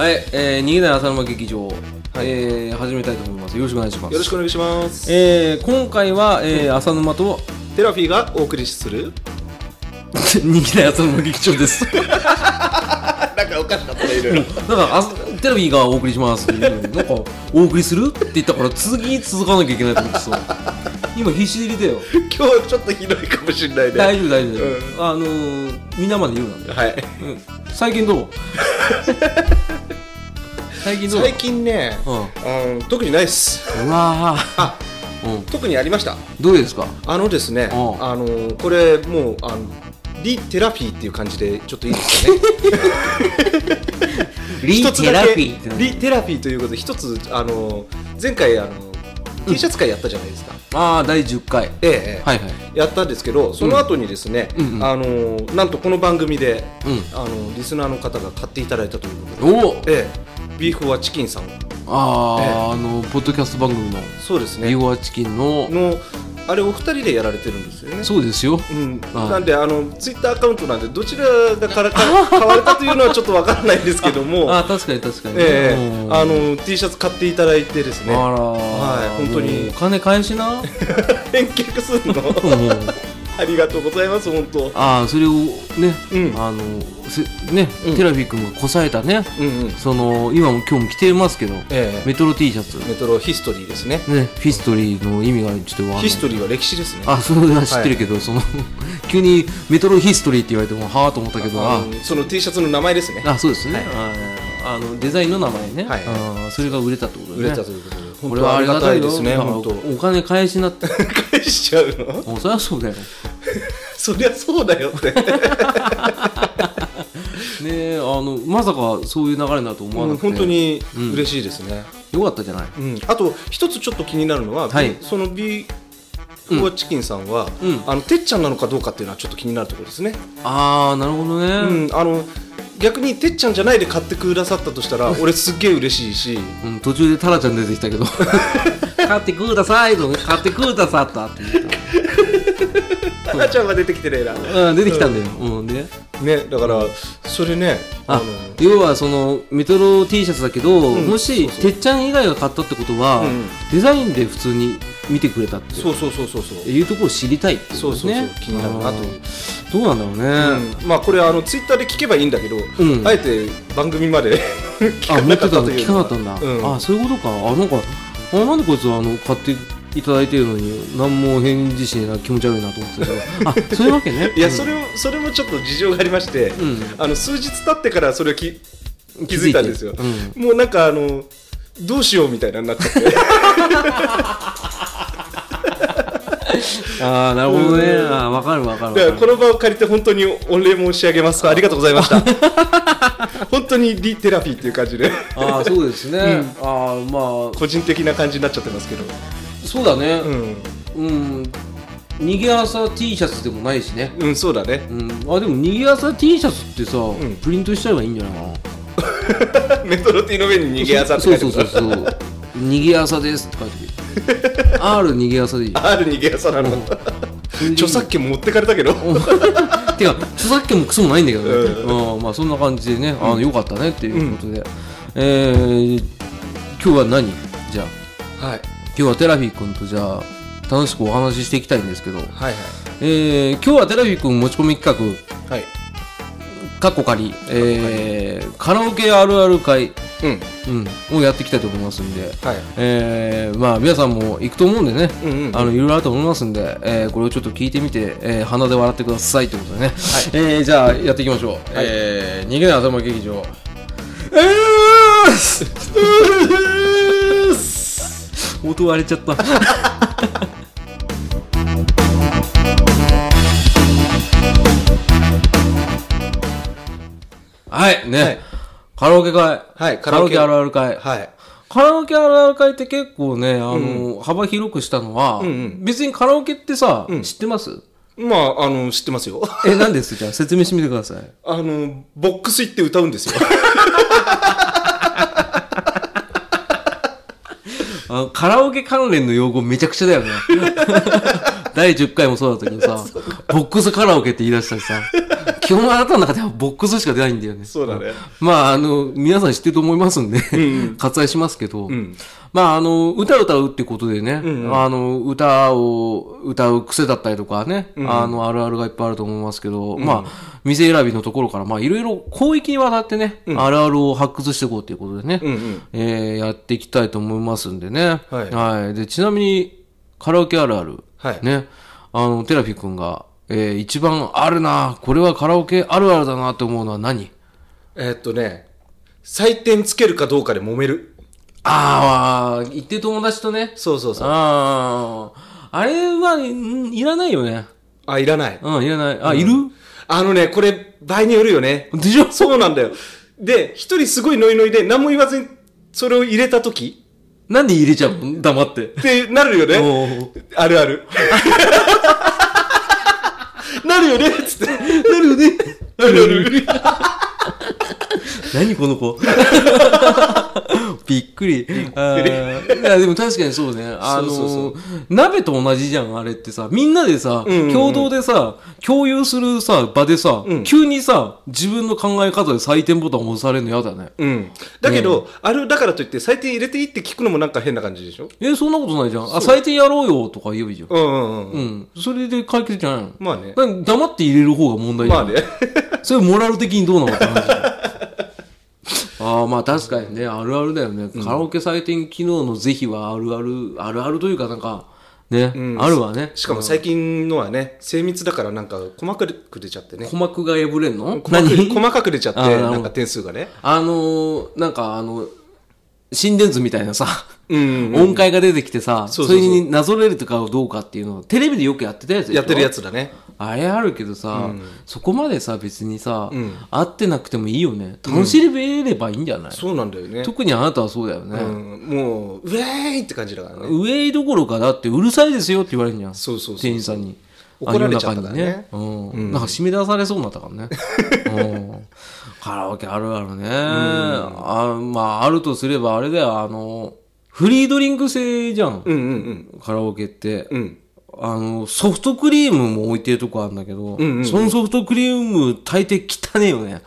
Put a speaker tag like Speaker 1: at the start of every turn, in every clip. Speaker 1: 逃げない浅沼劇場、えー始めたいと思いますよろしくお願いします
Speaker 2: よろしくお願いします。
Speaker 1: えー今回は、えー浅沼と
Speaker 2: テラフィーがお送りする。
Speaker 1: 逃げない浅沼劇場です だか
Speaker 2: なんかおかしかったね、いろいろ。
Speaker 1: らあテレビがお送りしますなんかお送りするって言ったから次続かなきゃいけないと思ってさ今必死で入れたよ
Speaker 2: 今日ちょっとひどいかもしれないね。
Speaker 1: 大丈夫大丈夫、
Speaker 2: う
Speaker 1: あのー、みんなまで言うな
Speaker 2: はい。
Speaker 1: うん最近 どう最近どう
Speaker 2: 最近ね、
Speaker 1: うん
Speaker 2: うん、特にないっす。
Speaker 1: うわ
Speaker 2: あ、
Speaker 1: ーうん
Speaker 2: 特にありました。
Speaker 1: どうですか
Speaker 2: あのですね、
Speaker 1: うん
Speaker 2: あの、これもう、あの、リ・テラフィーっていう感じでちょっといいですかね
Speaker 1: リ
Speaker 2: 一つだけ リ・
Speaker 1: ってなんだ
Speaker 2: テラフィーということで一つあの前回あの T シャツ会やったじゃないですか、
Speaker 1: ああ第10回
Speaker 2: ええええ
Speaker 1: はいはい
Speaker 2: やったんですけどその後にですね、
Speaker 1: うんうんうん
Speaker 2: あのなんとこの番組で、
Speaker 1: う
Speaker 2: あのリスナーの方が買っていただいたということで
Speaker 1: おお
Speaker 2: ええ、ビーフはチキンさん
Speaker 1: ああ、
Speaker 2: え
Speaker 1: あのポッドキャスト番組の
Speaker 2: そうで
Speaker 1: 「
Speaker 2: す
Speaker 1: ビ
Speaker 2: ね
Speaker 1: オアチキンの」
Speaker 2: のあれお二人でやられてるんですよね
Speaker 1: そうですよ
Speaker 2: うん、
Speaker 1: あ
Speaker 2: なんであのツイッターアカウントなんでどちらがからか買われたというのはちょっとわからないんですけども
Speaker 1: ああ確かに確かに、
Speaker 2: ええ
Speaker 1: うん
Speaker 2: あの T シャツ買っていただいてです
Speaker 1: あら
Speaker 2: ね
Speaker 1: はい
Speaker 2: 本当に
Speaker 1: お金返しな
Speaker 2: 返却するの
Speaker 1: うん
Speaker 2: ありがとうございます本当
Speaker 1: ああそれをね、
Speaker 2: うん
Speaker 1: あのせね、
Speaker 2: うん
Speaker 1: テラフィ君がこさえたね
Speaker 2: うんうん
Speaker 1: その今も今日も着てますけど、
Speaker 2: ええ
Speaker 1: メトロ T シャツね
Speaker 2: メトロヒストリーですね
Speaker 1: ヒストリーの意味がちょっとわかんない
Speaker 2: ヒストリーは歴史ですね
Speaker 1: あそれは知ってるけど、その 急にメトロヒストリーって言われてもはあと思ったけどあ
Speaker 2: あのその T シャツの名前ですね
Speaker 1: あそうですね、
Speaker 2: はい
Speaker 1: ああのデザインの名前ね、
Speaker 2: はい
Speaker 1: あそれが売れたってことね
Speaker 2: 売れたということで
Speaker 1: こ
Speaker 2: 本
Speaker 1: れ
Speaker 2: 当
Speaker 1: は
Speaker 2: あ
Speaker 1: あり
Speaker 2: りが
Speaker 1: が
Speaker 2: た
Speaker 1: た
Speaker 2: い
Speaker 1: い
Speaker 2: で
Speaker 1: ですす
Speaker 2: ね
Speaker 1: ね
Speaker 2: 本当
Speaker 1: お金返しなって
Speaker 2: 返しちゃうの
Speaker 1: もうそりゃそうだよね
Speaker 2: そりゃそうだよ って
Speaker 1: えあのまさかそういう流れになると思わなくて、
Speaker 2: 本当に
Speaker 1: うん
Speaker 2: 嬉しいですね、
Speaker 1: よかったじゃない
Speaker 2: うんあと一つちょっと気になるのは、
Speaker 1: はい
Speaker 2: その B フォアチキンさんは、
Speaker 1: うん
Speaker 2: あのてっちゃんなのかどうかっていうのはちょっと気になるところですね、
Speaker 1: ああなるほどね、
Speaker 2: う
Speaker 1: うん
Speaker 2: んあの逆にてっちゃんじゃないで買ってくださったとしたら俺すっげえ嬉しいし
Speaker 1: 途中でタラちゃん出てきたけど 買ってくださいとね買ってくださったって言った
Speaker 2: なちゃんが出てきてねえな
Speaker 1: た、うん、出てきたんだよ、うん、で
Speaker 2: ねだからそれね
Speaker 1: あ要はそのメトロ T シャツだけど、
Speaker 2: うん
Speaker 1: もしてっちゃん以外が買ったってことは、
Speaker 2: うん
Speaker 1: デザインで普通に見てくれたって
Speaker 2: そうそうそうそうそう
Speaker 1: いうところを知りたいってい
Speaker 2: そうそうそう
Speaker 1: ね
Speaker 2: 気になるなと
Speaker 1: あーどうなんだろうね、
Speaker 2: うんまあこれあのツイッターで聞けばいいんだけど、
Speaker 1: ん
Speaker 2: あえて番組まで 聞
Speaker 1: あ
Speaker 2: か
Speaker 1: 持
Speaker 2: な
Speaker 1: ってた
Speaker 2: かった
Speaker 1: の
Speaker 2: とい
Speaker 1: 聞
Speaker 2: う
Speaker 1: か
Speaker 2: の
Speaker 1: な
Speaker 2: は
Speaker 1: かったんだ、
Speaker 2: うん
Speaker 1: あそういうことかあなんかあなんでこいつあの買っていただいてるのに何も返事しねえな気持ち悪いなと思ってた けどあそういうわけね
Speaker 2: いやそれをそれもちょっと事情がありまして、
Speaker 1: ん
Speaker 2: あの数日経ってからそれをき気づいたんですよ
Speaker 1: 気づい、
Speaker 2: もうなんかあのどうしようみたいなになっちゃって
Speaker 1: ああなるほどね
Speaker 2: うん
Speaker 1: あーわかるわかるわか
Speaker 2: だ
Speaker 1: る
Speaker 2: からこの場を借りて本当にお礼申し上げますありがとうございました 本当にリテラピーっていう感じで
Speaker 1: ああそうですね、ああまあ
Speaker 2: 個人的な感じになっちゃってますけど、
Speaker 1: そうだね、
Speaker 2: うん、
Speaker 1: うん、逃げ朝 T シャツでもないしね。
Speaker 2: うん、そうだね
Speaker 1: うん、あでも逃げ朝 T シャツってさ、
Speaker 2: ん
Speaker 1: プリントしちゃえばいいんじゃないかな。
Speaker 2: メトロティの上に逃げ朝って書
Speaker 1: そ
Speaker 2: いうて
Speaker 1: そう
Speaker 2: ます
Speaker 1: そうそう。逃げ朝ですって書いてくる。R 逃げ朝でいい。
Speaker 2: R 逃げ朝なの著作権持ってかれたけど
Speaker 1: てか著作権もクソもないんだけどね。
Speaker 2: う
Speaker 1: うん、まあそんな感じでね、あのよかったねっていうことで、えー、今日は何？じゃあ
Speaker 2: はい
Speaker 1: 今日はテラフィー君とじゃあ楽しくお話ししていきたいんですけど、
Speaker 2: はい
Speaker 1: えー、今日はテラフィー君持ち込み企画。
Speaker 2: はいはい
Speaker 1: 過去仮、えー、カラオケあるある会、
Speaker 2: うん
Speaker 1: うん、をやっていきたいと思いますんで、
Speaker 2: はい
Speaker 1: えー、まあ皆さんも行くと思うんでね、
Speaker 2: うんうんうん
Speaker 1: あのいろいろあると思いますんで、えー、これをちょっと聞いてみて、えー、鼻で笑ってくださいということでね、えー、じゃあやっていきましょう、えー、逃げない頭劇場
Speaker 2: うーすうーす
Speaker 1: 音割れちゃった はいね、
Speaker 2: はい
Speaker 1: カラオケ会、
Speaker 2: はい
Speaker 1: カラオケあるある会、
Speaker 2: はい
Speaker 1: カラオケあるある会って結構ね、あの、幅広くしたのは、
Speaker 2: んう
Speaker 1: 別にカラオケってさ、知ってます
Speaker 2: まああの知ってますよ
Speaker 1: え、何ですじゃあ説明してみてください。
Speaker 2: あのボックス行って歌うんですよ
Speaker 1: あのカラオケ関連の用語めちゃくちゃだ よね。第10回もそうだったけどさ、ボックスカラオケって言い出したりさ、基本あなたの中ではボックスしか出ないんだよね。
Speaker 2: そうだね。
Speaker 1: まあ、あの、皆さん知ってると思いますんで、 割愛しますけど、
Speaker 2: ん
Speaker 1: まあ、あの、歌を歌うってことでね、
Speaker 2: んう
Speaker 1: あの、歌を歌う癖だったりとかね、あの、あるあるがいっぱいあると思いますけど、まあ、店選びのところから、まあ、いろいろ広域にわたってね、あるあるを発掘していこうということでね、
Speaker 2: うんうん
Speaker 1: えーやっていきたいと思いますんでね。
Speaker 2: はい
Speaker 1: で、ちなみに、カラオケあるある、
Speaker 2: はい
Speaker 1: ね、あの、テラフィ君が、えー一番あるな、これはカラオケあるあるだなって思うのは何
Speaker 2: えーっとね、採点つけるかどうかで揉める。
Speaker 1: ああ、言ってる友達とね。
Speaker 2: そうそうそう。
Speaker 1: ああ、あれは、んいらないよね。
Speaker 2: あ、いらない。
Speaker 1: うん、いらない。あ、いる
Speaker 2: あのね、これ、場合によるよね。
Speaker 1: でしょ
Speaker 2: そうなんだよ。で、一人すごいノイノイで何も言わずにそれを入れた時
Speaker 1: なんで入れちゃうの黙って。
Speaker 2: ってなるよね。
Speaker 1: お
Speaker 2: あるあ る。なるよねつって。
Speaker 1: なるよね。
Speaker 2: なるよね。
Speaker 1: 何この子。びっくり。あーいやでも確かにそうね。あのー
Speaker 2: そうそう
Speaker 1: 鍋と同じじゃん、あれってさ。みんなでさ、
Speaker 2: んうんうん
Speaker 1: 共同でさ、共有するさ、場でさ、
Speaker 2: うん
Speaker 1: 急にさ、自分の考え方で採点ボタン押されるの嫌だね。
Speaker 2: うん。だけど、あるだからといって採点入れていいって聞くのもなんか変な感じでしょ
Speaker 1: え、そんなことないじゃん。あ、採点やろうよとか言えばいいじゃん。
Speaker 2: うんうんう。
Speaker 1: うんん。それで解決じゃないの
Speaker 2: まあね。
Speaker 1: なんか黙って入れる方が問題じゃ
Speaker 2: ま
Speaker 1: ん。
Speaker 2: あね。
Speaker 1: それモラル的にどうなのって 話じゃんああ、まあ確かにね、あるあるだよね。カラオケ採点機能の是非はあるある、あるあるというかなんか、ね、
Speaker 2: ん
Speaker 1: あるわ ね。
Speaker 2: しかも最近のはね、精密だからなんか細かく出ちゃってね。
Speaker 1: 鼓膜が破れんの
Speaker 2: 細かく
Speaker 1: 何
Speaker 2: 細かく出ちゃって、
Speaker 1: あーなるほど
Speaker 2: なんか点数がね。
Speaker 1: あのー、なんかあの、心電図みたいなさ、
Speaker 2: うん。
Speaker 1: 音階が出てきてさ、そ
Speaker 2: そ
Speaker 1: う
Speaker 2: そうそう
Speaker 1: れになぞれるとかどうかっていうのをテレビでよくやってたやつでしょ
Speaker 2: やってるやつだね。
Speaker 1: あれあるけどさ、そこまでさ、別にさ、
Speaker 2: ん
Speaker 1: 合ってなくてもいいよね。楽しめればいいんじゃない、
Speaker 2: そうなんだよね。
Speaker 1: 特にあなたはそうだよね。
Speaker 2: うんもう、ウェーイって感じだからね。
Speaker 1: 上どころかだってうるさいですよって言われるんじゃん。
Speaker 2: そうそうそう
Speaker 1: 店員さんに。
Speaker 2: 怒られちゃったからね
Speaker 1: あの中にね。うん。なんか締め出されそうになった からね。うん。カラオケあるあるね。あまあ、あるとすればあれだよ、あの、フリードリンク制じゃん。
Speaker 2: うんうん
Speaker 1: カラオケって。
Speaker 2: うん。うん。
Speaker 1: あの、ソフトクリームも置いてるとこあるんだけど、
Speaker 2: んうんうん
Speaker 1: そのソフトクリーム大抵汚ねえよね。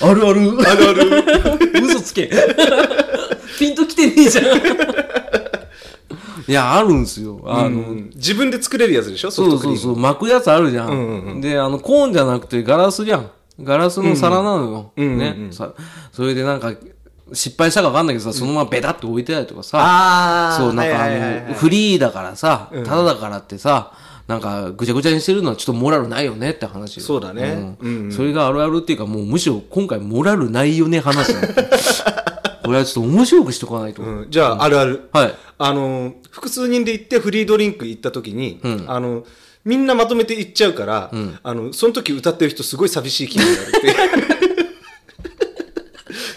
Speaker 1: あるある。
Speaker 2: あるある。
Speaker 1: 嘘つ け。ピンときてねえじゃん。いや、あるんすよ。あの、
Speaker 2: うん自分で作れるやつでしょソ
Speaker 1: そ
Speaker 2: フト
Speaker 1: う
Speaker 2: ク
Speaker 1: そ
Speaker 2: リ
Speaker 1: うそ
Speaker 2: ー
Speaker 1: う、巻くやつあるじゃん。
Speaker 2: うん
Speaker 1: で、あの、コーンじゃなくてガラスじゃん。ガラスの皿なのよ。
Speaker 2: うんうん
Speaker 1: ね、
Speaker 2: うんうん
Speaker 1: さ。それでなんか、失敗したかわかんないけどさ、そのままベタって置いてたりとかさ。
Speaker 2: あ
Speaker 1: そう、なんかあ
Speaker 2: はいはいはいは
Speaker 1: の、
Speaker 2: い
Speaker 1: フリーだからさ、ただだからってさ、なんか、ぐちゃぐちゃにしてるのはちょっとモラルないよねって話。
Speaker 2: そうだね
Speaker 1: うん
Speaker 2: うん
Speaker 1: それがあるあるっていうか、もうむしろ今回モラルないよね話だね。 これはちょっと面白くしとかないと。
Speaker 2: うんじゃあ、あるある。
Speaker 1: はい。
Speaker 2: あの、複数人で行ってフリードリンク行った時に、あの、みんなまとめて行っちゃうから、あの、その時歌ってる人すごい寂しい気分になるっていう。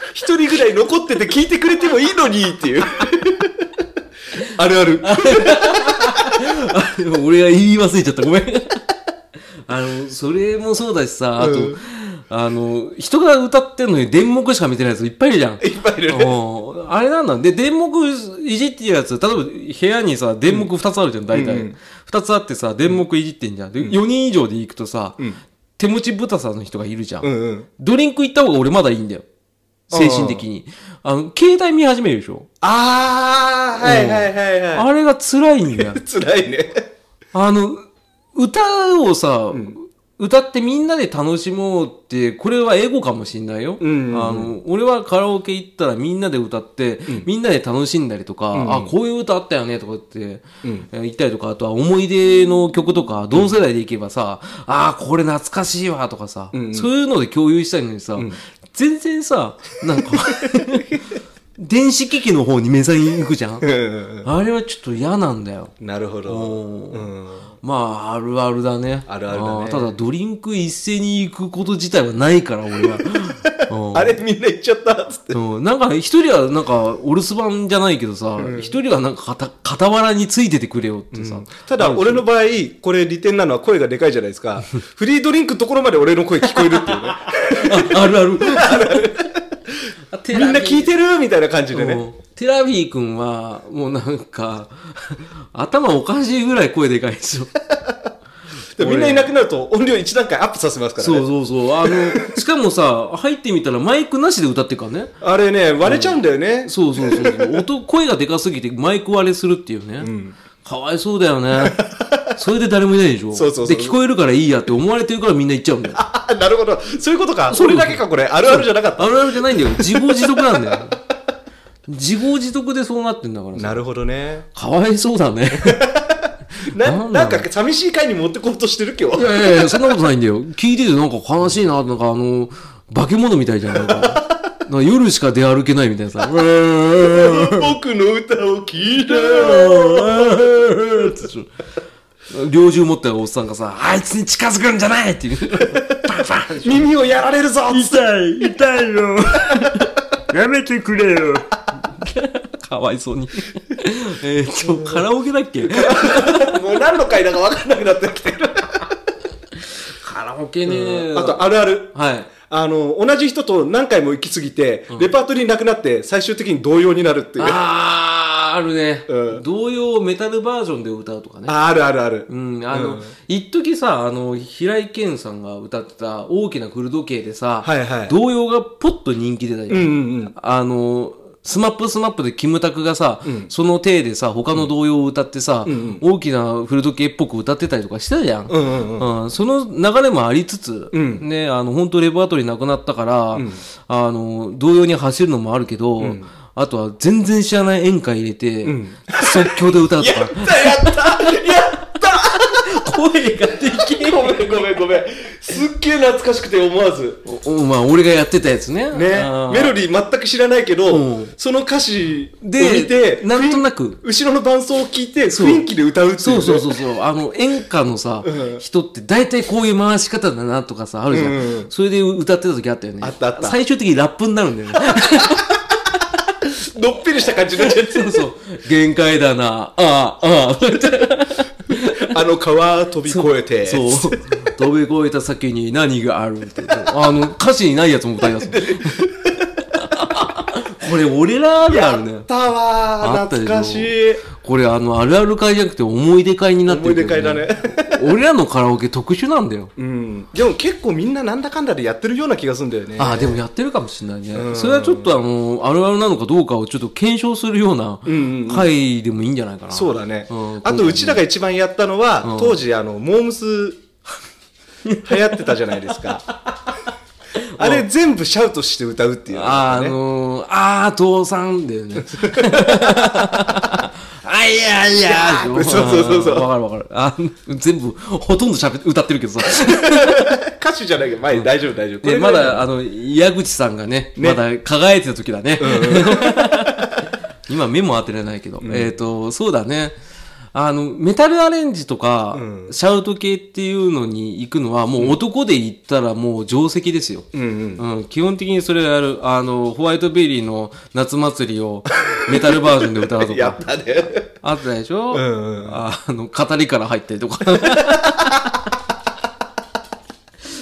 Speaker 2: 一人ぐらい残ってて聞いてくれてもいいのにっていう。 あるある。
Speaker 1: あで も俺が言い忘れちゃった。ごめん。 あの、それもそうだしさ、あと、
Speaker 2: うん
Speaker 1: あの、人が歌ってんのに電目しか見てないやついっぱいいるじゃん。
Speaker 2: いっぱいいるね。
Speaker 1: うんあれなんだ。で、電目いじってるやつ、例えば部屋にさ、電目2つあるじゃん、大
Speaker 2: うんう
Speaker 1: 体。2つあってさ、電目いじってんじゃん。で、4人以上で行くとさ、手持ち豚さんの人がいるじゃ。
Speaker 2: うんんうん。
Speaker 1: ドリンク行った方が俺まだいいんだよ。精神的に。あの、携帯見始めるでしょ。
Speaker 2: あー、はいはいはいはい。
Speaker 1: あれが辛いんだよ。
Speaker 2: 辛いね。
Speaker 1: あの、歌をさ、歌ってみんなで楽しもうって、これはエゴかもしんないよ。
Speaker 2: うんうんうん
Speaker 1: あの俺はカラオケ行ったらみんなで歌って、みんなで楽しんだりとか、あ、こういう歌あったよねとかって、えー言ったりとか、あとは思い出の曲とか、同世代で行けばさ、あー、これ懐かしいわとかさ、そういうので共有したいのにさ、全然さ、なんか、電子機器の方に目線行くじゃん。
Speaker 2: うん
Speaker 1: あれはちょっと嫌なんだよ。
Speaker 2: なるほど。
Speaker 1: おー
Speaker 2: うん
Speaker 1: まあ、あるあるだね。
Speaker 2: あるあるだね
Speaker 1: ーただ、ドリンク一斉に行くこと自体はないから、俺 は。
Speaker 2: あれみんな行っちゃったっつって。
Speaker 1: うん、なんか、一人は、なんか、お留守番じゃないけどさ、一、人はなんかかた、傍らについててくれよってさ。
Speaker 2: ただ、俺の場合、これ利点なのは声がでかいじゃないです か。フリードリンクのところまで俺の声聞こえるっていうね。
Speaker 1: あ、 あるある。
Speaker 2: みんな 聞い
Speaker 1: て
Speaker 2: てるみたいな感じでね。
Speaker 1: テラビー 君は、もうなんか、頭おかしいぐらい声でかいでしょ。
Speaker 2: でみんないなくなると音量1段階アップさせますからね。
Speaker 1: そうそうそう。あの、しかもさ、入ってみたらマイクなしで歌ってるからね。
Speaker 2: あれね、割れちゃうんだよね。
Speaker 1: そうそうそうそう。音、声がでかすぎてマイク割れするっていうね。かわいそうだよね。それで誰もいないでしょ。
Speaker 2: そうそうそう
Speaker 1: で、聞こえるからいいやって思われてるからみんな行っちゃうんだよ。
Speaker 2: あ なるほど。そういうことか。それだけか、これ。あるあるじゃなかった。
Speaker 1: あるあるじゃないんだよ。自業自得なんだよ。自業自得でそうなってんだからさ。
Speaker 2: なるほどね。
Speaker 1: かわいそうだね。
Speaker 2: な、なんか寂しい回に持ってこうとしてる今
Speaker 1: い
Speaker 2: 日。
Speaker 1: やいやいや、そんなことないんだよ。聞いててなんか悲しいな、なんかあの、化け物みたいじゃん。なんかなんか夜しか出歩けないみたいな さ。うわー
Speaker 2: 僕の歌を聴いて。
Speaker 1: 猟銃持ったおっさんがさ、あいつに近づくんじゃないっていう。パンパン
Speaker 2: 耳をやられるぞつっ
Speaker 1: 痛
Speaker 2: て
Speaker 1: い、痛いよ。やめてくれよ。かわいそうに。えー、ちょ、カラオケだっけ
Speaker 2: もう何の回だか分かんなくなってきてる。
Speaker 1: カラオケね。
Speaker 2: あと、あるある。
Speaker 1: はい。
Speaker 2: あの、同じ人と何回も行き過ぎて、レパートリーなくなって、最終的に同様になるっていう。あ
Speaker 1: あー、あるね。
Speaker 2: うん
Speaker 1: 同様メタルバージョンで歌うとかね。
Speaker 2: あるあるある。
Speaker 1: うん、あの、
Speaker 2: うん
Speaker 1: 一時さ、あの、平井堅さんが歌ってた大きな古時計でさ、
Speaker 2: はいはい
Speaker 1: 童謡がポッと人気出たよ。
Speaker 2: うんうんうん。
Speaker 1: あの、スマップスマップでキムタクがさ、その体でさ、他の童謡を歌ってさ、大きな古時計っぽく歌ってたりとかしてたじゃん。
Speaker 2: う んうんうん。
Speaker 1: うんその流れもありつつ、
Speaker 2: ん
Speaker 1: ね、あの、本当レパートリーなくなったから、あの、同様に走るのもあるけど、あとは全然知らない演歌入れて、即興で歌うと
Speaker 2: やっ
Speaker 1: か
Speaker 2: た、やったやった
Speaker 1: 声ができん
Speaker 2: ごめんごめんごめん。すっげえ懐かしくて思わず。
Speaker 1: おおまあ、俺がやってたやつね。
Speaker 2: ね
Speaker 1: あー、
Speaker 2: メロディー全く知らないけ
Speaker 1: う
Speaker 2: ど
Speaker 1: ん、
Speaker 2: その歌詞を見
Speaker 1: で
Speaker 2: て、、
Speaker 1: なんとなく、
Speaker 2: 後ろの伴奏を聞いて、
Speaker 1: そう
Speaker 2: 雰囲気で歌うっていうね。
Speaker 1: そうそうそうそう、あの、演歌のさ、
Speaker 2: うん
Speaker 1: 人って大体こういう回し方だなとかさ、あるじゃん。
Speaker 2: うんうん
Speaker 1: それで歌ってた時あったよね。
Speaker 2: あったあった
Speaker 1: 最終的にラップになるんだよね。
Speaker 2: のっぺりした感じのや つ。
Speaker 1: そうそう。限界だな、ああ、ああ、
Speaker 2: あの川飛び越えて。
Speaker 1: そう。飛び越えた先に何があるって。あの、歌詞にないやつも歌い出す。 これ、俺らあるあるね
Speaker 2: やっ。たわー
Speaker 1: あったでしょ
Speaker 2: 懐かしい。
Speaker 1: これ、あの、あるある会じゃなくて思い出会になって
Speaker 2: 思い
Speaker 1: るけ
Speaker 2: 出
Speaker 1: ど、
Speaker 2: 会だね。
Speaker 1: 俺らのカラオケ特殊なんだよ。
Speaker 2: うん。でも結構みんななんだかんだでやってるような気がするんだよね。
Speaker 1: ああ、でもやってるかもしれないね。それはちょっとあの、あるあるなのかどうかをちょっと検証するような回でもいいんじゃないかな。
Speaker 2: そうだね
Speaker 1: うん。
Speaker 2: あと、うちらが一番やったのは、当時、あの、モームス、 流行ってたじゃないで すか。あれ全部シャウトして歌うっていうの
Speaker 1: あ
Speaker 2: が
Speaker 1: ー、あ
Speaker 2: ね。
Speaker 1: のー、あー、父さんだよ ね。あいやいや
Speaker 2: そうそうそうそう
Speaker 1: わかるわかる。あ全部、ほとんど喋って、歌ってるけどさ。
Speaker 2: 歌手じゃないけど、まあ大丈夫大丈夫。こ
Speaker 1: で、
Speaker 2: れ
Speaker 1: ま
Speaker 2: ぐらい
Speaker 1: だ、あの、矢口さんがね、
Speaker 2: ね
Speaker 1: まだ輝いてた時だね。 今目も当てられないけど。えっ、と、そうだね。あの、メタルアレンジとか、シャウト系っていうのに行くのは、もう男で言ったらもう定石ですよ。
Speaker 2: うんうん。
Speaker 1: うん、基本的にそれやる。あの、ホワイトベリーの夏祭りをメタルバージョンで歌うと
Speaker 2: や
Speaker 1: か
Speaker 2: っ、たね。
Speaker 1: あったでしょ
Speaker 2: んう
Speaker 1: ああの、語りから入ったり とか。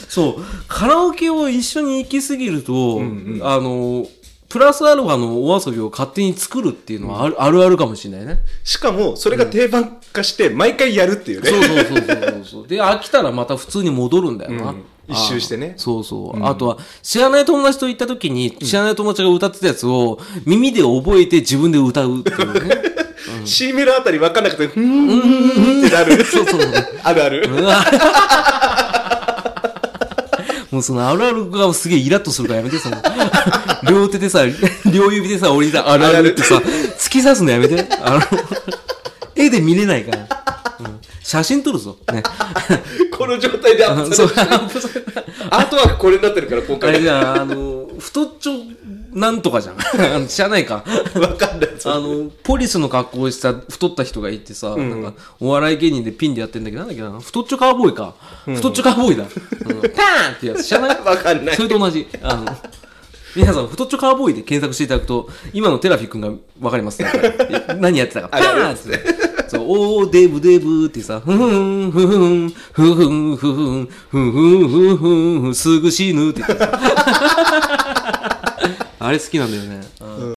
Speaker 1: そう、カラオケを一緒に行きすぎると、あの、プラスアルファのお遊びを勝手に作るっていうのはある,、あるあるかもしれないね。
Speaker 2: しかも、それが定番化して、毎回やるっていうね。
Speaker 1: そうそうそうそうそうそう。で、飽きたらまた普通に戻るんだよな。
Speaker 2: うん一周してね
Speaker 1: あーそうそう。あとは、知らない友達と行った時に、知らない友達が歌ってたやつを、耳で覚えて自分で歌うっていう ね。
Speaker 2: C メロあたり分かんなくて、ふーん、ふーんってなる。
Speaker 1: そうそう。
Speaker 2: あるある。
Speaker 1: うわ もうそのあるあるがすげえイラッとするからやめてその 両手でさ、両指でさ、俺さ、あるあるってさ、突き刺すのやめて。あの、絵で見れないから。うん写真撮るぞ。ね。
Speaker 2: この状態でアップ
Speaker 1: そう
Speaker 2: さ。アートワークこれになってるから、今
Speaker 1: あれ
Speaker 2: 回。
Speaker 1: じゃあ、あの、太っちょなんとかじゃん。 あの知らないか。
Speaker 2: 分かんない。
Speaker 1: あの、ポリスの格好をした太った人がいてさ、なんか、お笑い芸人でピンでやってんだけど、なんだっけな、太っちょカーボーイか。太っちょカーボーイだ。うんパーンってやつ知らない
Speaker 2: わかんない
Speaker 1: それと同じ。あの、皆さん、太っちょカーボーイで検索していただくと、今のテラフィ君がわかります、ね。何やってたか。パ
Speaker 2: あれあれ
Speaker 1: ーンって。そう、おー、デブデブってさ、ふふん、ふふん、ふふん、ふふん、ふふん、ふふん、ふすぐ死ぬって言ってさ。あれ好きなんだよね。うん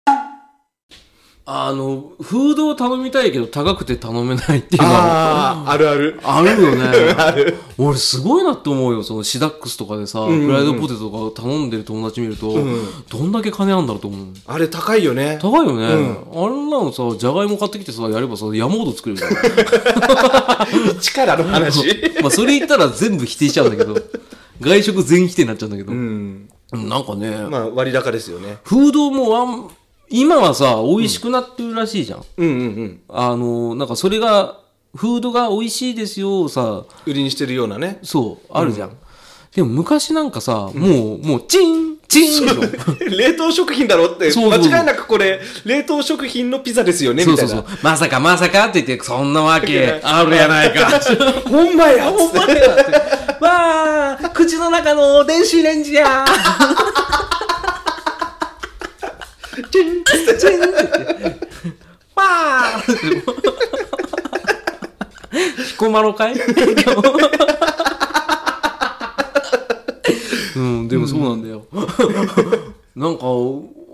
Speaker 1: あの、フードを頼みたいけど高くて頼めないっていうのは、
Speaker 2: ああ、あるある。
Speaker 1: あるよね。
Speaker 2: ある。
Speaker 1: 俺すごいなって思うよ。そのシダックスとかでさ、
Speaker 2: んうん
Speaker 1: フライドポテトとか頼んでる友達見ると、どんだけ金あんだろうと思う。
Speaker 2: あれ高いよね。
Speaker 1: 高いよね。あれなのさ、じゃがいも買ってきてさ、やればさ、山ほど作れるじゃん。
Speaker 2: 一からの話。
Speaker 1: まあそれ言ったら全部否定しちゃうんだけど、外食全否定になっちゃうんだけど、
Speaker 2: うん。
Speaker 1: なんかね、
Speaker 2: まあ、割高ですよね。
Speaker 1: フードもワン、今はさ、美味しくなってるらしいじゃん。
Speaker 2: うんうんうん。
Speaker 1: あの、なんかそれが、フードが美味しいですよ、さ、
Speaker 2: 売りにしてるようなね。
Speaker 1: そう、あるじゃん。でも昔なんかさ、もう、もう、チンチンの
Speaker 2: 冷凍食品だろって、
Speaker 1: そうそうそう
Speaker 2: 間違いなくこれ、冷凍食品のピザですよね、
Speaker 1: そう
Speaker 2: みた
Speaker 1: そ
Speaker 2: いう
Speaker 1: そ
Speaker 2: な
Speaker 1: う。。まさかまさかって言って、そんなわけ
Speaker 2: いや
Speaker 1: あるやないか。
Speaker 2: ほんまやほんまや
Speaker 1: わあ、口の中の電子レンジや
Speaker 2: チン
Speaker 1: チンパー彦摩呂かい うん、でもそうなんだ よ。なんか、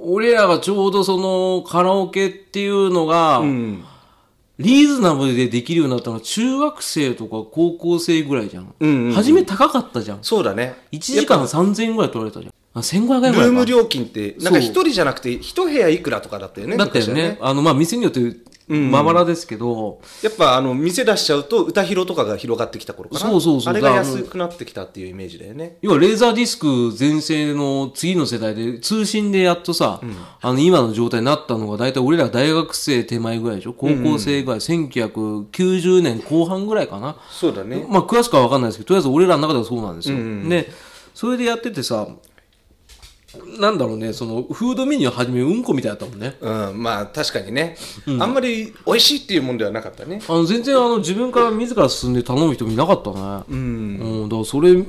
Speaker 1: 俺らがちょうどそのカラオケっていうのが、
Speaker 2: うん。
Speaker 1: リーズナブルでできるようになったのは中学生とか高校生ぐらいじゃん。
Speaker 2: うんうんうん
Speaker 1: 初め高かったじゃん。
Speaker 2: そうだね。
Speaker 1: 1時間3000円ぐらい取られたじゃん。あ、1500円ぐら
Speaker 2: ル
Speaker 1: いか。
Speaker 2: ーム料金って、なんか
Speaker 1: そう
Speaker 2: 一人じゃなくて、一部屋いくらとかだったよね。
Speaker 1: だったよ
Speaker 2: 昔は
Speaker 1: ね。。あの、まあ、店によってまばらですけど、
Speaker 2: やっぱ、あの、店出しちゃうと、歌広とかが広がってきた頃かな。
Speaker 1: そうそうそう
Speaker 2: あれが安くなってきたっていうイメージだよね。
Speaker 1: 要はレーザーディスク全盛の次の世代で、通信でやっとさ、あの、今の状態になったのが、だいたい俺ら大学生手前ぐらいでしょ高校生ぐらい、1990年後半ぐらいかな。
Speaker 2: そうだね。
Speaker 1: まあ、詳しくは分かんないですけど、とりあえず俺らの中ではそうなんですよ。
Speaker 2: うんうん
Speaker 1: で、それでやっててさ、なんだろうね、その、フードメニューはじめ、うんこみたいだったもんね。
Speaker 2: うん、まあ確かにね、あんまり美味しいっていうもんではなかったね。
Speaker 1: あの、全然、あの、自分から自ら進んで頼む人もいなかったね。う
Speaker 2: うん、
Speaker 1: ん、だからそれ、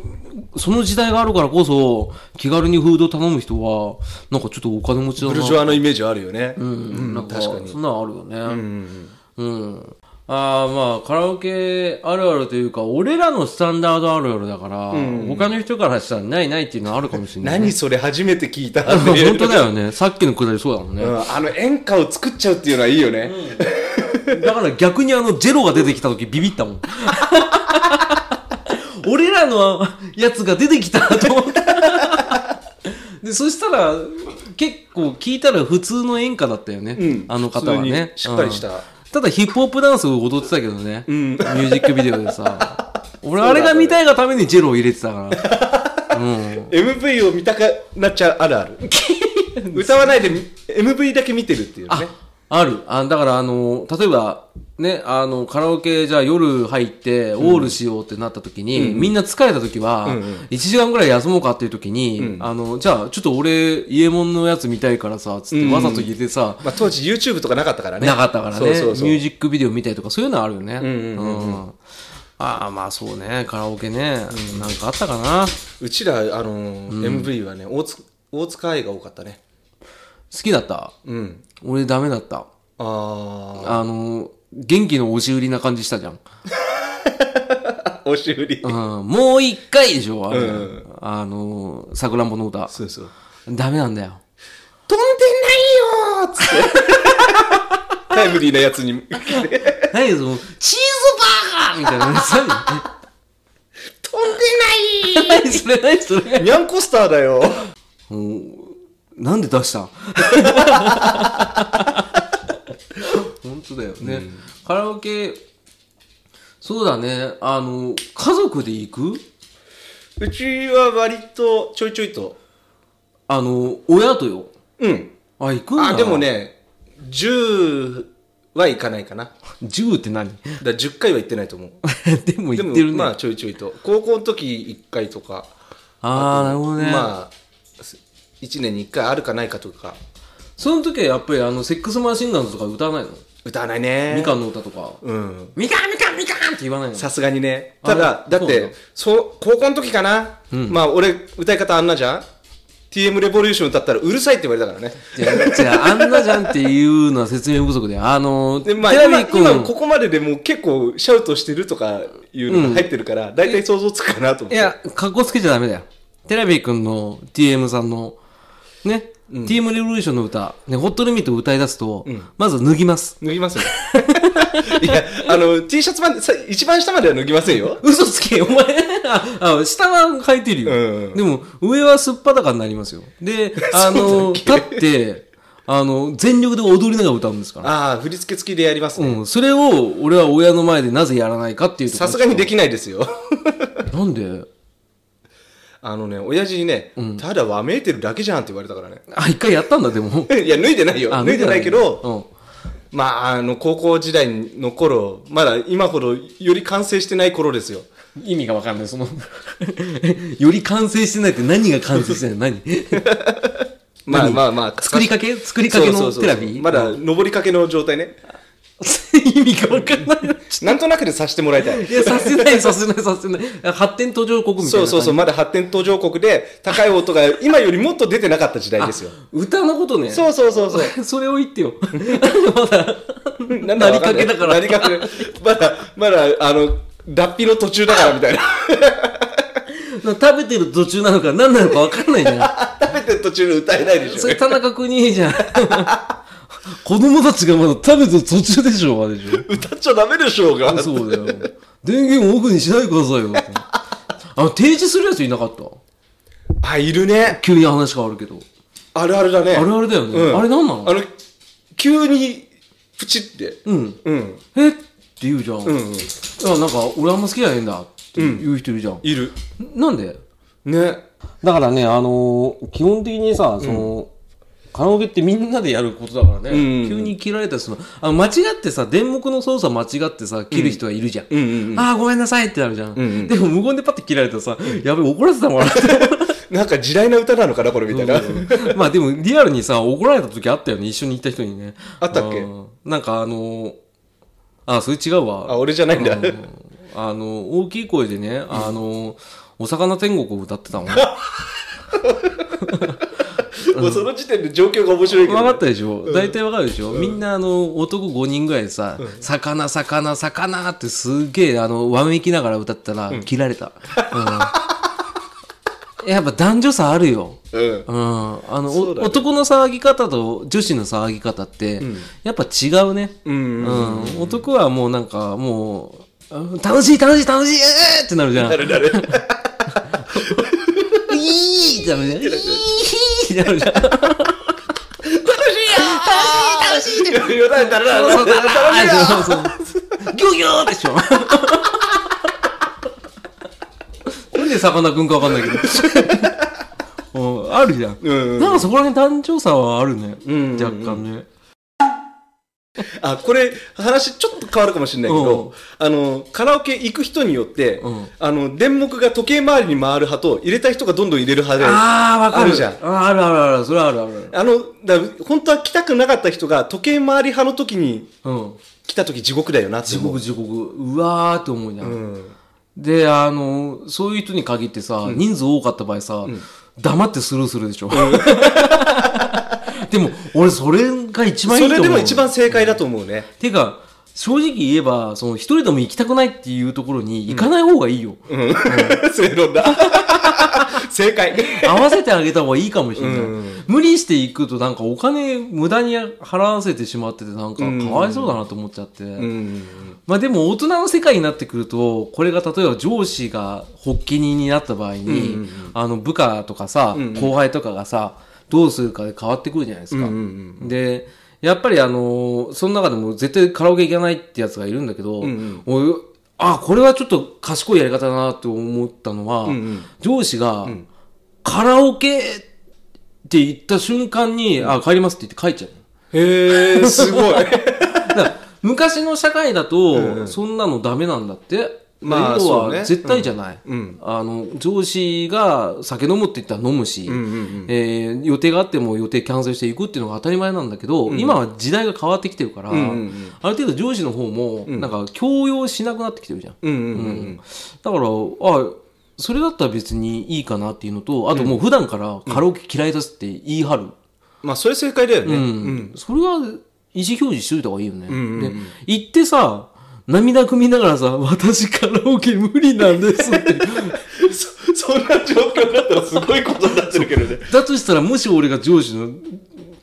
Speaker 1: その時代があるからこそ、気軽にフード頼む人は、なんかちょっとお金持ちだな。
Speaker 2: ブルジョアのイメージはあるよね。う
Speaker 1: うん、なんか、
Speaker 2: 確かに。
Speaker 1: そんなのあるよね。
Speaker 2: うん、
Speaker 1: うん。ああ、まあ、カラオケあるあるというか、俺らのスタンダードあるあるだから、他の人からしたらないないっていうのはあるかもしれない。
Speaker 2: 何それ初めて聞いた
Speaker 1: あの 本当
Speaker 2: ね
Speaker 1: だよね。さっきのくだりそうだもん
Speaker 2: う
Speaker 1: ね。
Speaker 2: ん、あの演歌を作っちゃうっていうのはいいよね。
Speaker 1: だから逆にあの、ジェロが出てきた時ビビった もん。俺らのやつが出てきたと思った。で、そしたら、結構聞いたら普通の演歌だったよね。
Speaker 2: うん
Speaker 1: あの方はね
Speaker 2: 普通。にしっかりした
Speaker 1: うんただヒップホップダンスを踊ってたけどね。
Speaker 2: ん
Speaker 1: ミュージックビデオでさ。俺、
Speaker 2: そうだ
Speaker 1: あれが見たいがためにジェロを入れてた から。うん。
Speaker 2: MV を見たくなっちゃうあるあ る。歌わないで MV だけ見てるっていうね。
Speaker 1: ある。あだから、あの、例えば、ね、あの、カラオケ、じゃあ夜入って、オールしようってなった時に、みんな疲れた時は、
Speaker 2: んうん
Speaker 1: 1時間ぐらい休もうかっていう時に、あの、じゃあ、ちょっと俺、家門のやつ見たいからさ、つっ
Speaker 2: うんう
Speaker 1: て
Speaker 2: ん
Speaker 1: わざと入れてさ、
Speaker 2: まあ、当時 YouTube とかなかったからね。
Speaker 1: なかったからね
Speaker 2: そうそうそう
Speaker 1: ミュージックビデオ見たりとか、そういうのあるよね。うん
Speaker 2: うんうん
Speaker 1: ああ、まあそうね、カラオケね、なんかあったかな。好
Speaker 2: うちら、あのー MV はね大塚、大塚愛が多かったね。
Speaker 1: きだった。
Speaker 2: うん。
Speaker 1: 俺ダメだった。
Speaker 2: あ
Speaker 1: あの、元気の押し売りな感じしたじゃん。
Speaker 2: あ、 押し売り。
Speaker 1: うんもう一回でしょ、あれ。
Speaker 2: うんうん
Speaker 1: あの、さくらんぼの歌。
Speaker 2: そうそう。
Speaker 1: ダメなんだよ。
Speaker 2: 飛んでないよーっつって。 タイムリーなやつに、飛んで
Speaker 1: 何その、チーズバーガーみたいな。
Speaker 2: ない
Speaker 1: 何何それ何それ
Speaker 2: ニャンコスターだよ。
Speaker 1: なんで出したん本当だよね、カラオケ、そうだね。あの、家族で行く
Speaker 2: うちは割とちょいちょいと。
Speaker 1: あの、親とよ。
Speaker 2: うん。
Speaker 1: あ、行くんだ。
Speaker 2: あ、でも。ね、10は行かないかな。だか
Speaker 1: 10って何
Speaker 2: ら10回は行ってないと思う。
Speaker 1: でも
Speaker 2: で
Speaker 1: 行
Speaker 2: も
Speaker 1: ってるね。
Speaker 2: まあちょいちょいと。高校の時1回とか。
Speaker 1: ああ、なるほどね。
Speaker 2: まあ、1年に1回あるかないかとか。
Speaker 1: その時はやっぱりあの、セックスマシンガンズとか歌わないの
Speaker 2: 歌わないね。
Speaker 1: みかんの歌とか。
Speaker 2: うん。
Speaker 1: みかんみかんみかんって言わないの
Speaker 2: さすがにね。
Speaker 1: あ
Speaker 2: た
Speaker 1: れ
Speaker 2: だ、だっ
Speaker 1: そうなの
Speaker 2: て、そう、高校の時かな。まあ俺、歌い方あんなじゃん ?TM レボリューション歌ったらうるさいって言われたからね。
Speaker 1: じゃあじゃあ、あんなじゃんっていうのは説明不足で。あの、
Speaker 2: で、まあ、
Speaker 1: テ
Speaker 2: 今、
Speaker 1: ラミ君、
Speaker 2: 今ここまででもう結構シャウトしてるとかいうのが入ってるから、大体想像つくかなと
Speaker 1: い
Speaker 2: 思って。
Speaker 1: や、格好つけちゃダメだよ。テラビ君の TM さんのね、ティームレボリューションの歌、ね、ホットリミットを歌い出すと、まず脱ぎます。
Speaker 2: 脱ぎますよ。 いや、あの、T シャツまで、さ一番下までは脱ぎませんよ。
Speaker 1: 嘘つけ、お前。あ、あ下は履いてるよ。
Speaker 2: うん
Speaker 1: でも、上はすっぱだかになりますよ。で、あ の、立って、あの、全力で踊りながら歌うんですから。
Speaker 2: ああ、振り付け付きでやります
Speaker 1: う
Speaker 2: ね。
Speaker 1: ん。それを、俺は親の前でなぜやらないかっていうとこ
Speaker 2: さすがにできないですよ。
Speaker 1: なんで
Speaker 2: あのね、親父にね、ただわめいてるだけじゃんって言われたからね。
Speaker 1: あ、一回やったんだ、で も。
Speaker 2: いや、脱いでないよ。
Speaker 1: あ
Speaker 2: 脱いでないけど、、
Speaker 1: うん
Speaker 2: まあ、あの、高校時代の頃、まだ今ほどより完成してない頃ですよ。
Speaker 1: 意味がわかんない、その。 より完成してないって何が完成してないの何
Speaker 2: まあ
Speaker 1: 何
Speaker 2: まあまあ。
Speaker 1: 作りかけ作りかけ
Speaker 2: そう
Speaker 1: の
Speaker 2: そうそうそう
Speaker 1: テラビ
Speaker 2: まだ、登りかけの状態ね。
Speaker 1: 意味がわかんない。
Speaker 2: なんとなくでさせてもらいたい。
Speaker 1: いや、させない、させない、させない。発展途上国みたいな
Speaker 2: そ
Speaker 1: 感
Speaker 2: う
Speaker 1: じ。
Speaker 2: そうそう、まだ発展途上国で高い音が今よりもっと出てなかった時代ですよ。
Speaker 1: 歌のことね。
Speaker 2: そうそうそうそ う。
Speaker 1: それを言ってよ。 まだ、
Speaker 2: なんだわんな
Speaker 1: な
Speaker 2: い
Speaker 1: りかけだから
Speaker 2: なりかけ。まだ、まだ、あの、脱皮の途中だから みたいな。
Speaker 1: 食べてる途中なのか何なのか分かんないじゃ
Speaker 2: 食べてる途中で歌えないで
Speaker 1: ん。
Speaker 2: し
Speaker 1: そ
Speaker 2: ょ
Speaker 1: れ。田中邦衛じ ゃん。子供たちがまだ食べてる途中でしょ、あれでしょ。
Speaker 2: 歌っちゃダメでしょうが。
Speaker 1: そうだよ。電源をオフにしないでくださいよ。あの、提示するやついなかった
Speaker 2: あ、いるね。
Speaker 1: 急に話変わるけど。
Speaker 2: あるあるだね。
Speaker 1: あるあるだよね
Speaker 2: うん
Speaker 1: あれなんなの
Speaker 2: あの、急に、プチって。
Speaker 1: うん。
Speaker 2: うん。
Speaker 1: えって言うじゃん。
Speaker 2: うん
Speaker 1: い
Speaker 2: うん。
Speaker 1: や、なんか、俺あんま好きじゃないんだって言う人いるじゃん。
Speaker 2: いる。
Speaker 1: なんで
Speaker 2: ね。
Speaker 1: だからね、あのー基本的にさ、その、カラオケってみんなでやることだからね、
Speaker 2: うん
Speaker 1: 急に切られたりするの。あの間違ってさ、電目の操作間違ってさ、切る人はいるじゃん。
Speaker 2: うんうんうん。
Speaker 1: ああ、ごめんなさいってなるじゃん。
Speaker 2: んうん
Speaker 1: でも無言でパッて切られたらさ、やべえ、怒らせたも んなって。
Speaker 2: なんか地雷な歌なのかな、これみたいな。
Speaker 1: まあでも、リアルにさ、怒られた時あったよね、一緒に行った人にね。
Speaker 2: あったっけ
Speaker 1: ーなんかあのーああ、それ違うわ。
Speaker 2: あ、俺じゃないんだ。
Speaker 1: あの、大きい声でね、あの、お魚天国を歌ってたもん。
Speaker 2: もうその時点で状況が面白いけ
Speaker 1: 分かっ
Speaker 2: ど。
Speaker 1: たでしょ大体分かるでしょ、みんなあの男5人ぐらいでさ「魚魚魚」ってすげえあのわめきながら歌ったら切られた、うんやっぱ男女差あるよ
Speaker 2: うん。
Speaker 1: うん、あの、
Speaker 2: そう
Speaker 1: お
Speaker 2: だね
Speaker 1: 男の騒ぎ方と女子の騒ぎ方って、やっぱ違うね、
Speaker 2: うん
Speaker 1: う
Speaker 2: うんん
Speaker 1: 男はもうなんかもううん楽しい楽しい楽しいえーってなるじゃん
Speaker 2: なるなる。
Speaker 1: いいってなるじゃんいいってなるじゃん
Speaker 2: よだれだらだらだらだらだら
Speaker 1: そうそうそうギョギョーでしょなんでさかなクンかわかんないけどうんあるじゃん、
Speaker 2: うんうん
Speaker 1: なんかそこら辺単調さはあるね、
Speaker 2: んうんうん
Speaker 1: 若干ね
Speaker 2: あ、これ、話ちょっと変わるかもしれないけ
Speaker 1: うん
Speaker 2: ど、あの、カラオケ行く人によって
Speaker 1: うん、
Speaker 2: あの、電目が時計回りに回る派と、入れた人がどんどん入れる派で、
Speaker 1: ああわかる
Speaker 2: あるじゃん
Speaker 1: ああるあるあるそれはあるある
Speaker 2: あの、だ本当は来たくなかった人が時計回り派の時に
Speaker 1: うん
Speaker 2: 来た時地獄だよなって
Speaker 1: 地
Speaker 2: 思う。
Speaker 1: 獄地獄うわーって思うじゃん、
Speaker 2: うん。
Speaker 1: であのそういう人に限ってさ、人数多かった場合さ、黙ってスルーするでしょ、 でも俺それが一
Speaker 2: そ
Speaker 1: 番いいと思う
Speaker 2: れでも一番正解だと思うね。
Speaker 1: てか、正直言えば、その一人でも行きたくないっていうところに行かない方がいいよ。
Speaker 2: 正論 だ。正解。
Speaker 1: 合わせてあげた方がいいかもしれない。
Speaker 2: うん
Speaker 1: 無理して行くとなんかお金無駄に払わせてしまっててなんかかわいそうだなと思っちゃって。
Speaker 2: うん。
Speaker 1: まあでも大人の世界になってくると、これが例えば上司が発起人になった場合に、
Speaker 2: うんうんうん
Speaker 1: あの部下とかさ、
Speaker 2: んうん
Speaker 1: 後輩とかがさ、どうするかで変わってくるじゃないですか。
Speaker 2: うんうん
Speaker 1: で、やっぱりあのーその中でも絶対カラオケ行かないってやつがいるんだけど、
Speaker 2: ん
Speaker 1: 俺あ、これはちょっと賢いやり方だなって思ったのは、
Speaker 2: んうん
Speaker 1: 上司が、カラオケって言った瞬間に、あ、帰りますって言って帰っちゃう。
Speaker 2: へえ、すごい。
Speaker 1: だから昔の社会だと、そんなのダメなんだって。
Speaker 2: まあ
Speaker 1: 要
Speaker 2: そう
Speaker 1: は
Speaker 2: ね
Speaker 1: 絶対じゃない。
Speaker 2: うん
Speaker 1: あの、上司が酒飲むって言ったら飲むし、
Speaker 2: うんうん
Speaker 1: えー予定があっても予定キャンセルしていくっていうのが当たり前なんだけど、今は時代が変わってきてるから、
Speaker 2: うんうんうん
Speaker 1: ある程度上司の方も、なんか強要しなくなってきてるじゃん。
Speaker 2: うんうんうん。
Speaker 1: だから、あ、それだったら別にいいかなっていうのと、あともう普段からカラオケ嫌いだっすって言い張る。
Speaker 2: まあ、それ正解だよね。
Speaker 1: うんそれは意思表示しといた方がいいよね。
Speaker 2: んうんうん
Speaker 1: で行ってさ、涙ぐみながらさ、私カラオケ無理なんです って。
Speaker 2: そそんな状況になったらすごいことになってるけどね。
Speaker 1: だとしたら、もし俺が上司の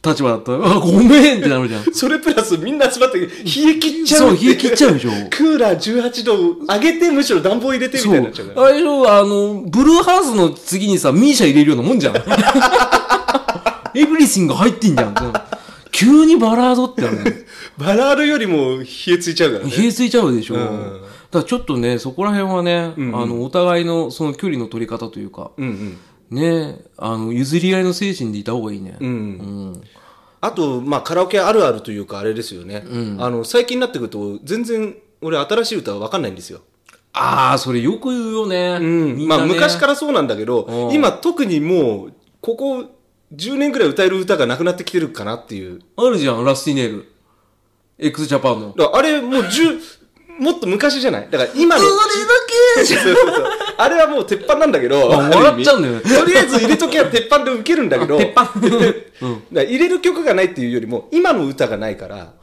Speaker 1: 立場だったら、あ、ごめんってなるじゃん。
Speaker 2: それプラ スみんな集まって冷え切っちゃう
Speaker 1: そう、冷え切っちゃうでしょ。
Speaker 2: クーラー18度上げてむしろ暖房入れてみた
Speaker 1: そ
Speaker 2: いにな
Speaker 1: う
Speaker 2: っちゃうか。ら
Speaker 1: あれでしょ、あの、ブルーハースの次にさ、ミーシャ入れるようなもんじゃん。 エブリシング入ってんじゃん。急にバラードってあるの。
Speaker 2: バラードよりも冷えついちゃうからね
Speaker 1: 冷えついちゃうでしょ。
Speaker 2: ん
Speaker 1: だからちょっとね、そこら辺はね、あの、お互いのその距離の取り方というか、
Speaker 2: うん
Speaker 1: ね、あの、譲り合いの精神でいた方がいいね。
Speaker 2: うんうんあと、まあ、カラオケあるあるというかあれですよね、あの最近になってくると全然俺新しい歌は分かんないんですよ、
Speaker 1: ああ、それよく言うよね。みん
Speaker 2: ま
Speaker 1: なね
Speaker 2: あ、昔からそうなんだけ
Speaker 1: う
Speaker 2: ど
Speaker 1: ん
Speaker 2: 今特にもうここ10年ぐらい歌える歌がなくなってきてるかなっていう
Speaker 1: あるじゃん、ラスティネール。x ジャパンの。
Speaker 2: だからあれもう10 もっと昔じゃないだから今の
Speaker 1: れだけ
Speaker 2: そうそうそうあれはもう鉄板なんだけど、
Speaker 1: あ笑っちゃうんだよね
Speaker 2: ある意味とりあえず入れときゃ鉄板で受けるんだけど、
Speaker 1: 鉄板
Speaker 2: だから入れる曲がないっていうよりも、今の歌がないから、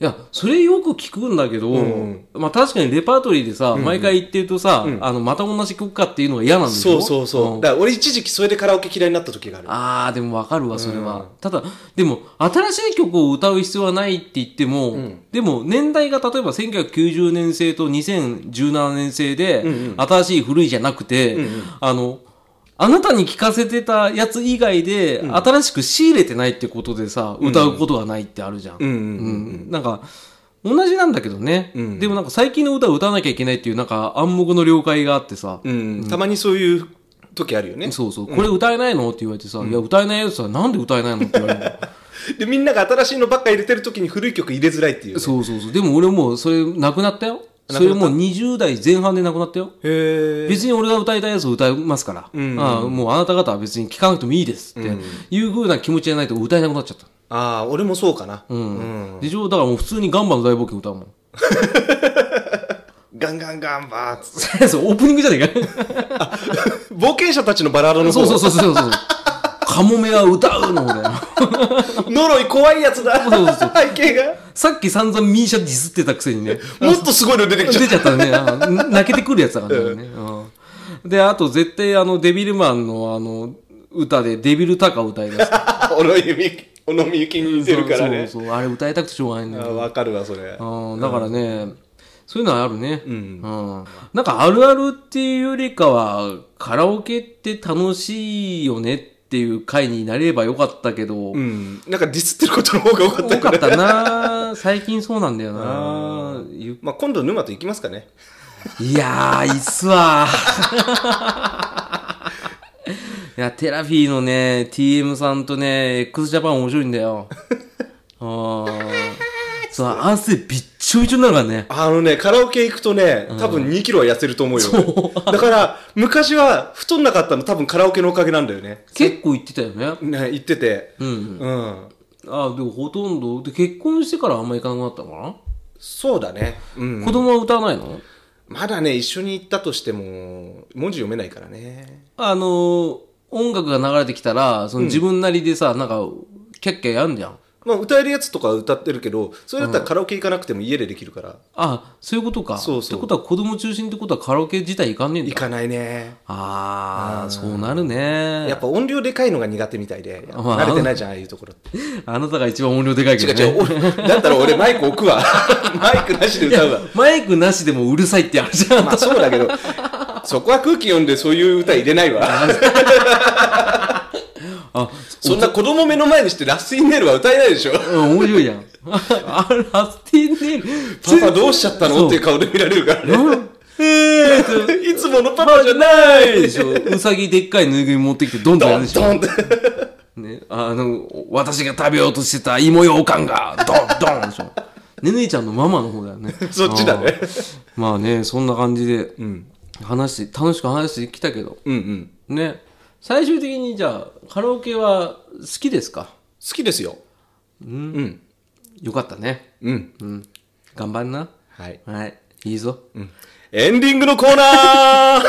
Speaker 1: いや、それよく聞くんだけど、
Speaker 2: ん
Speaker 1: まあ確かにレパートリーでさ、毎回言ってるとさ、あの、また同じ曲かっていうのが嫌なんでし
Speaker 2: そ
Speaker 1: ょ
Speaker 2: うそうそう。
Speaker 1: ん
Speaker 2: だから俺一時期それでカラオケ嫌いになった時がある。
Speaker 1: ああ、でもわかるわ、それは。ただ、でも、新しい曲を歌う必要はないって言っても、でも、年代が例えば1990年生と2017年生で、新しい古いじゃなくて、あの、あなたに聞かせてたやつ以外で、新しく仕入れてないってことでさ、歌うことがないってあるじゃん。
Speaker 2: うんう。
Speaker 1: うんんなんか、同じなんだけどね。
Speaker 2: うん
Speaker 1: でもなんか最近の歌を歌わなきゃいけないっていうなんか暗黙の了解があってさ。
Speaker 2: うん。たまにそういう時あるよね。
Speaker 1: そうそう。これ歌えないのって言われてさ、いや、歌えないよってさ、なんで歌えないのって言われるの。
Speaker 2: で、みんなが新しいのばっか入れてる時に古い曲入れづらいっていうね。
Speaker 1: そうそうそう。でも俺もうそれなくなったよ。
Speaker 2: なくなった
Speaker 1: それもう20代前半でなくなったよ。
Speaker 2: へえ。
Speaker 1: 別に俺が歌いたいやつを歌いますから。
Speaker 2: ん
Speaker 1: ああもうあなた方は別に聴かなくてもいいですっていう風な気持ちじゃないと歌えなくなっちゃった。
Speaker 2: ああ、俺もそうかな。
Speaker 1: うん。でしょだからもう普通にガンバの大冒険歌うもん。
Speaker 2: ガンガンガンバーっつっ て
Speaker 1: そう、オープニングじゃねえか。
Speaker 2: 冒険者たちのバラード の
Speaker 1: そ
Speaker 2: 方
Speaker 1: うそうそうそうそう。カモメは歌うの俺。
Speaker 2: 呪い怖いやつだ。
Speaker 1: そうそう
Speaker 2: 背景が。
Speaker 1: さっき散々ミーシャディスってたくせにね。
Speaker 2: もっとすごいの出てきちゃっ た
Speaker 1: 出ちゃったね。あの泣けてくるやつだからね。うんで、あと絶対あのデビルマンのあの歌でデビルタカ歌い出す。
Speaker 2: 小野由美小野みゆきに似てるからね
Speaker 1: そうそうそうあれ歌いたくてしょうがないんだ
Speaker 2: あ
Speaker 1: よ、
Speaker 2: わかるわそれ
Speaker 1: うんだからね、そういうのはあるね、うんなんかあるあるっていうよりかはカラオケって楽しいよねっていう回になれればよかったけど、
Speaker 2: うんなんかディスってることの方が多かった
Speaker 1: 多
Speaker 2: か
Speaker 1: からった な最近そうなんだよなゆ
Speaker 2: まあ今度沼と行きますかね
Speaker 1: いやーいいっす わいやテラフィーのね TM さんとね x ジャパン面白いんだ よあーそう汗びっちょびちょになるからね
Speaker 2: あのねカラオケ行くとね多分2キロは痩せると思うよだから昔は太んなかったの多分カラオケのおかげなんだよね
Speaker 1: 結構行ってたよね。
Speaker 2: ね行ってて
Speaker 1: う。
Speaker 2: うんん
Speaker 1: あでもほとんど。で、結婚してからあんま行かなくなったのかな、
Speaker 2: そうだねうん
Speaker 1: 子供は歌わないの
Speaker 2: まだね一緒に行ったとしても文字読めないからね
Speaker 1: あのー音楽が流れてきたら、その自分なりでさ、なんか、キャッキャやんじゃん。
Speaker 2: まあ歌えるやつとかは歌ってるけどそれだったらカラオケ行かなくても家でできるから
Speaker 1: あ、そういうことか。
Speaker 2: そう
Speaker 1: っ
Speaker 2: そう
Speaker 1: てことは子供中心ってことはカラオケ自体行かんねえん
Speaker 2: 行
Speaker 1: だ。
Speaker 2: かないね
Speaker 1: あー、そうなるね。
Speaker 2: やっぱ音量でかいのが苦手みたいで、
Speaker 1: あまあ
Speaker 2: 慣れてないじゃん、ああいうところって。
Speaker 1: あなたが一番音量でかいけ
Speaker 2: 違
Speaker 1: どね。
Speaker 2: う違う、俺 だったら俺マイク置くわ。 マイクなしで歌うわ。
Speaker 1: マイクなしでもうるさいってあるじゃん。
Speaker 2: まあそうだけど、そこは空気読んでそういう歌入れないわ。
Speaker 1: あ、
Speaker 2: そんな子供目の前にしてラスティンネールは歌えないでしょ。
Speaker 1: うん、面白いやん。あ、ラスティネール。
Speaker 2: パパどうしちゃったのっていう顔で見られるからね。えー いつものパパじゃない
Speaker 1: でしょ。うさぎでっかいぬいぐるみ持ってきて、どんどんや
Speaker 2: ド
Speaker 1: る
Speaker 2: ン
Speaker 1: でしょ。
Speaker 2: ドンって。
Speaker 1: ね。あの、私が食べようとしてた芋ようかんが、ドン、ドンでしょ。ねねちゃんのママの方だよね。
Speaker 2: そっちだね
Speaker 1: あー。まあね、そんな感じで、話して、楽しく話してきたけど、
Speaker 2: うんうん。
Speaker 1: ね。最終的にじゃあ、カラオケは好きですか
Speaker 2: 好きですよ。うん。
Speaker 1: よかったね。
Speaker 2: うん。
Speaker 1: うん。頑張んな。
Speaker 2: はい。
Speaker 1: はい。いいぞ。
Speaker 2: エンディングのコーナー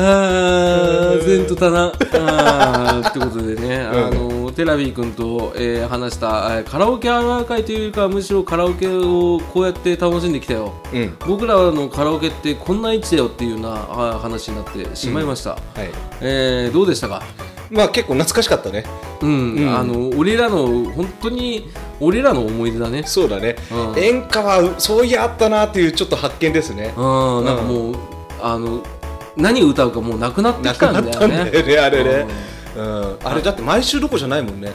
Speaker 1: あー、然とだな。あーってことでね、あの、テラビー君と、えー話した、えーカラオケアワー会というか、むしろカラオケをこうやって楽しんできたよ。
Speaker 2: うん
Speaker 1: 僕らのカラオケってこんな位置だよっていうようなあー話になってしまいました。
Speaker 2: はい
Speaker 1: えーどうでしたか
Speaker 2: まあ結構懐かしかったね
Speaker 1: うん、
Speaker 2: うん
Speaker 1: あの俺らの本当に俺らの思い出だね
Speaker 2: そうだね、
Speaker 1: うん
Speaker 2: 演歌はそういやあったなっていうちょっと発見ですね
Speaker 1: うんなんかもう、あの何歌うかもうなくなって
Speaker 2: な
Speaker 1: き
Speaker 2: く
Speaker 1: た
Speaker 2: なんっ
Speaker 1: だ
Speaker 2: た
Speaker 1: よ
Speaker 2: ん
Speaker 1: ね
Speaker 2: だよねあれね、うん、あれだって毎週どころじゃないもんね
Speaker 1: うん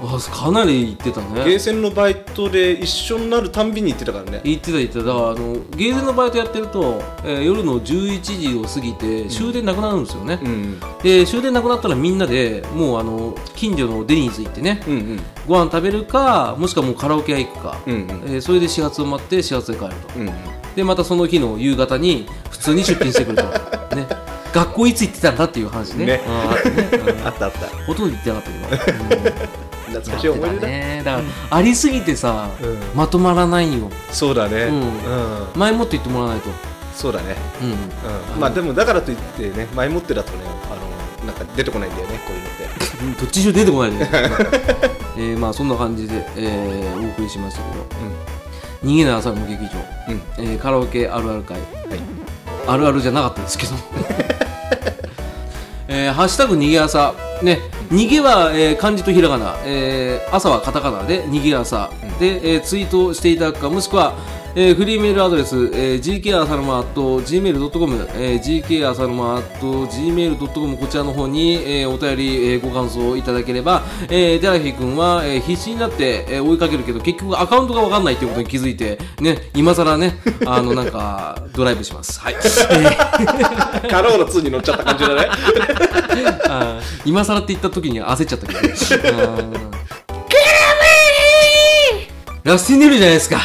Speaker 1: あかなり言ってた
Speaker 2: ゲー
Speaker 1: ね
Speaker 2: センのバイトで一緒になるたんびに行ってたからね
Speaker 1: 言ってた言ってただからあのゲーセンのバイトやってると、えー夜の11時を過ぎて終電なくなるんですよね、
Speaker 2: うん
Speaker 1: で終電なくなったらみんなでもうあの近所のデニーズ行ってね
Speaker 2: うんうん
Speaker 1: ご飯食べるかもしくはもうカラオケ屋行くか、
Speaker 2: うんうん
Speaker 1: えーそれで始発を待って始発で帰ると
Speaker 2: うん
Speaker 1: でまたその日の夕方に普通に出勤してくるとね学校いつ行ってたんだっていう話ね
Speaker 2: ね
Speaker 1: うんあってねうん
Speaker 2: あったあった
Speaker 1: ほとんど行ってなかったけど、うん
Speaker 2: 懐かしい思い出だ、
Speaker 1: やってたねだからありすぎてさ、
Speaker 2: うん
Speaker 1: まとまらないよ
Speaker 2: そうだね
Speaker 1: う
Speaker 2: うんん、
Speaker 1: 前もって言ってもらわないと、
Speaker 2: そうだね
Speaker 1: うん
Speaker 2: うんまあでもだからといってね前もってだとねあのなんか出てこないんだよねこういうのって
Speaker 1: どっちにしろ出てこないね、 えーまあそんな感じで、えーお送りしましたけど「逃げない朝の劇場、
Speaker 2: うんうん
Speaker 1: えーカラオケあるある会」
Speaker 2: はい
Speaker 1: あるあるじゃなかったんですけどえーハッシュタグ逃げ朝」ね逃げは、えー漢字とひらがな、えー朝はカタカナで逃げ朝、で、えーツイートしていただくかもしくは、えーフリーメールアドレス、えー、gk 朝のま gmail.com、えー gk 朝のま gmail.com こちらの方に、えーお便り、えーご感想いただければ、えー、テラヒ君は、えー必死になって、えー追いかけるけど結局アカウントが分かんないということに気づいてね今更ねあのなんかドライブしますはい、えー
Speaker 2: カローラ2に乗っちゃった感じだね
Speaker 1: あー今更って言った時に焦っちゃったけどね。ラスティネルじゃないですか。